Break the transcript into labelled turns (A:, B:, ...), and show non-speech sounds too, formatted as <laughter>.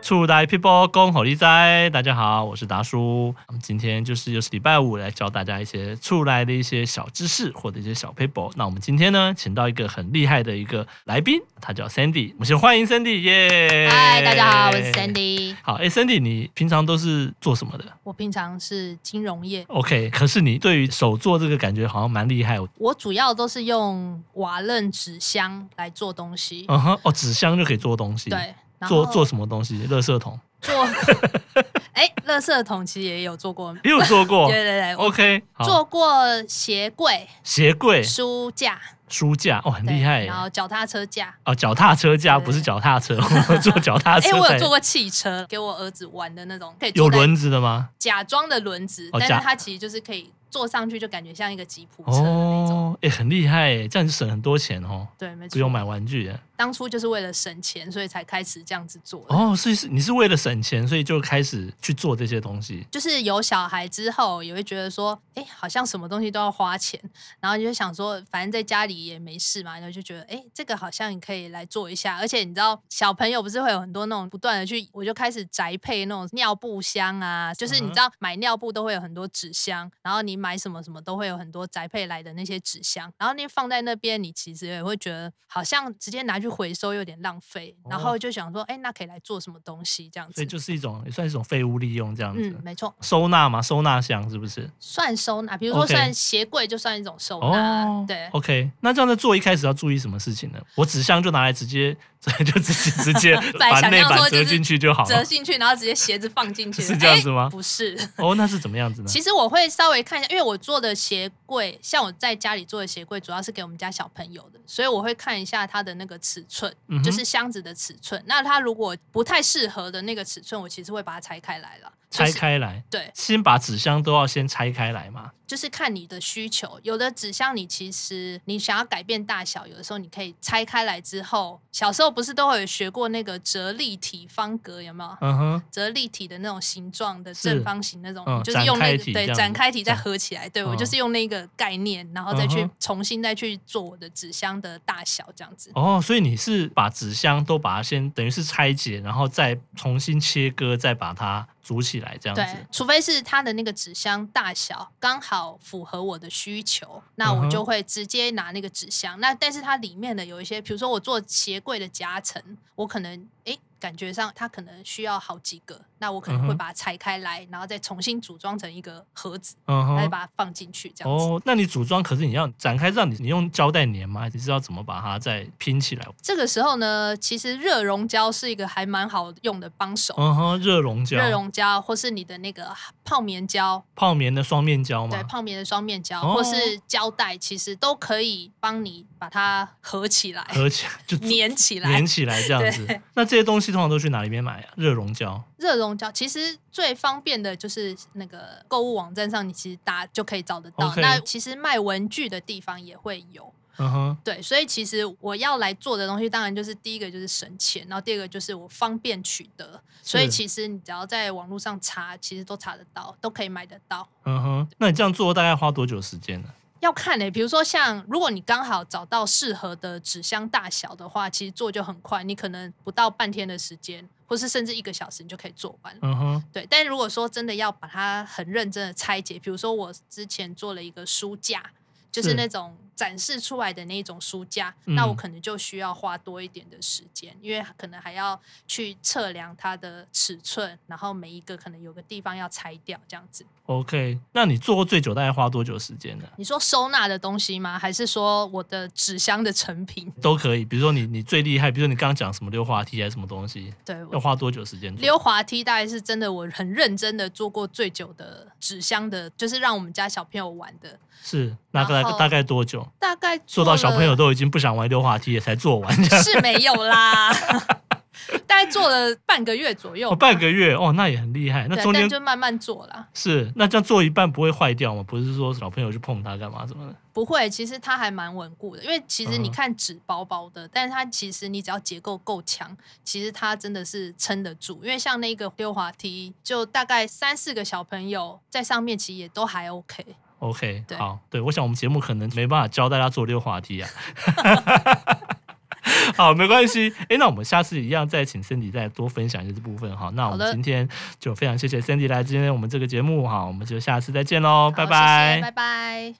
A: 出来 people 恭候你在，大家好，我是达叔。我们今天就是又是礼拜五，来教大家一些出来的一些小知识或者一些小 paper。那我们今天呢，请到一个很厉害的一个来宾，他叫 Sandy，我们先欢迎 Sandy，耶！
B: 嗨，大家好，我是。Sandy。
A: 好，哎，Sandy，你平常都是做什么的
B: 我平常是金融业，
A: ？OK，可是你对于手做这个感觉好像蛮厉害。哦。
B: 我主要都是用瓦楞纸箱来做东西。
A: 嗯哼，哦，纸箱就可以做东西。，
B: 对，然
A: 做
B: 后
A: 做什么东西？垃圾桶
B: <laughs>
A: <laughs>
B: 做，哎、垃圾桶其实也有做过，
A: 也有做过
B: <laughs> 对。对对，我
A: OK，好哦
B: 做过鞋柜、
A: 鞋柜、
B: 书架，
A: 书架，哦，很
B: 对
A: 厉害耶
B: 然。后脚踏车架。
A: 哦，脚踏车架
B: 对
A: 不是脚踏车， <laughs> 我们做脚踏
B: 哎、
A: 啊车。
B: 我有做过汽车，给我儿子玩的那种，可以
A: 有
B: 坐在
A: 轮子的吗？
B: 假装的轮子，
A: 哦
B: 但
A: 假
B: 是它其实就是可以坐上去，就感觉像一个吉普车的那种。
A: 哦，哎，很厉害耶，这样就省很多钱哦，
B: 对，没错，
A: 不用买玩具耶。
B: 当初就是为了省钱，所以才开始这样子做的。
A: 哦，所以是你是为了省钱，所以就开始去做这些东西。
B: 就是有小孩之后，也会觉得说，哎、好像什么东西都要花钱，然后你就想说，反正在家里也没事嘛，然后就觉得，哎、这个好像你可以来做一下。而且你知道，小朋友不是会有很多那种不断的去，我就开始宅配那种尿布箱啊，就是
A: 嗯
B: 你
A: 哼
B: 知道买尿布都会有很多纸箱，然后你买什么什么都会有很多宅配来的那些纸箱，然后你放在那边，你其实也会觉得好像直接拿去回收有点浪费，然后就想说，哎、那可以来做什么东西这样
A: 哦所
B: 子
A: 以。就是一种也算是一种废物利用这样子。
B: 嗯，没错。
A: 收纳嘛，收纳箱是不是？
B: 算收纳，比如说
A: OK
B: 算鞋柜就算一种收纳，
A: 哦，
B: 对。
A: ，OK。那这样在做一开始要注意什么事情呢？我纸箱就拿来直接， <laughs> 就直接直
B: <laughs>
A: 接
B: 来
A: 把
B: 想
A: 内
B: 象
A: 板
B: 说就
A: 折
B: 是
A: 进去就好
B: 折
A: 了。
B: 进去，然后直接鞋子放进
A: <laughs>
B: 去，
A: 是这样
B: 诶
A: 子吗
B: 不是，
A: 哦，那是怎么样子呢？
B: 其实我会稍微看一下，因为我做的鞋柜，像我在家里做的鞋柜，主要是给我们家小朋友的，所以我会看一下它的那个尺寸，
A: 嗯哼
B: 就是箱子的尺寸。那它如果不太适合的那个尺寸，我其实会把它拆开来了。就
A: 拆
B: 是
A: 开来，
B: 对，
A: 先把纸箱都要先拆开来嘛。
B: 就是看你的需求。有的纸箱你其实你想要改变大小，有的时候你可以拆开来之后，小时候不是都会有学过那个折立体方格，有没有？
A: 嗯哼，
B: 折立体的那种形状的
A: 是
B: 正方形那种，
A: 嗯
B: 就是用那
A: 展开
B: 个
A: 体
B: 对
A: 这样
B: 展开体再
A: 展
B: 合起来。对、我
A: 嗯
B: 就是用那个概念，然后再
A: 嗯
B: 去
A: 哼
B: 重新再去做我的纸箱的大小这样子。
A: 哦，所以你是把纸箱都把它先等于是拆解，然后再重新切割，再把它组起来这样
B: 对
A: 子。，
B: 除非是它的那个纸箱大小刚好符合我的需求，那
A: 嗯
B: 我
A: 哼
B: 就会直接拿那个纸箱。那但是它里面的有一些，比如说我做鞋柜的夹层，我可能诶感觉上它可能需要好几个，那我可能
A: 嗯
B: 会
A: 哼
B: 把它拆开来，然后再重新组装成一个盒子，
A: 嗯
B: 再
A: 哼。
B: 把它放进去这样子。
A: 哦，那你组装，可是你要展开，让你你用胶带粘吗？还是要怎么把它再拼起来？
B: 这个时候呢，其实热熔胶是一个还蛮好用的帮手。
A: 嗯哼，热熔胶、
B: 热熔胶，或是你的那个泡棉胶，
A: 泡棉的双面胶
B: 对，
A: 嘛。
B: 泡棉的双面胶，
A: 哦
B: 或是胶带，其实都可以帮你把它合起来、
A: 合起来就组
B: <laughs> 粘起来
A: 粘。起来这样子
B: 对。
A: 那这些东西通常都去哪里面买啊？热熔胶。
B: 热熔胶其实最方便的就是那个购物网站上，你其实打就可以找得到。
A: OK
B: 那其实卖文具的地方也会有。
A: 嗯哼，
B: 对，所以其实我要来做的东西，当然就是第一个就是省钱，然后第二个就是我方便取得。所以
A: 是
B: 其实你只要在网络上查，其实都查得到，都可以买得到。
A: 嗯哼。那你这样做大概花多久时间呢？
B: 要看嘞、欸比如说像如果你刚好找到适合的纸箱大小的话，其实做就很快，你可能不到半天的时间，或是甚至一个小时你就可以做完了。
A: 嗯哼，
B: 对，但如果说真的要把它很认真的拆解，比如说我之前做了一个书架，就是
A: 是
B: 那种展示出来的那一种书架，那我
A: 嗯
B: 可能就需要花多一点的时间，因为可能还要去测量它的尺寸，然后每一个可能有个地方要拆掉这样子。
A: OK，那你做过最久大概花多久时间呢？
B: 你说收纳的东西吗？还是说我的纸箱的成品？
A: 都可以，比如说你你最厉害，比如说你刚刚讲什么溜滑梯还是什么东西，
B: 对，我
A: 要花多久时间做？
B: 溜滑梯大概是真的，我很认真的做过最久的纸箱的，就是让我们家小朋友玩的，
A: 是那大
B: 然
A: 概
B: 后
A: 大概多久？
B: 大概
A: 做到
B: 了 <laughs>
A: 小朋友都已经不想玩溜滑梯了，才做完这样。
B: 是没有啦， <laughs> 大概做了半个月左右
A: 哦，
B: 吧，
A: 半个月哦，那也很厉害。那
B: 对
A: 中间
B: 但就慢慢做啦，
A: 是那这样做一半不会坏掉吗？不是说小朋友去碰它干嘛什么的？
B: 不会，其实它还蛮稳固的，因为其实
A: 嗯
B: 你
A: 哼
B: 看纸薄薄的，但是它其实你只要结构够强，其实它真的是撑得住。因为像那个溜滑梯，就大概三四个小朋友在上面，其实也都还 OK。
A: OK，
B: 对
A: 好，对，我想我们节目可能没办法教大家做溜滑梯啊。 <laughs> 好，没关系。哎，那我们下次一样再请 Cindy 再多分享一些这部分哈。那我
B: 好的
A: 们今天就非常谢谢 Cindy 来今天我们这个节目哈，我们就下次再见喽，拜
B: 好谢
A: 拜。
B: 谢拜拜。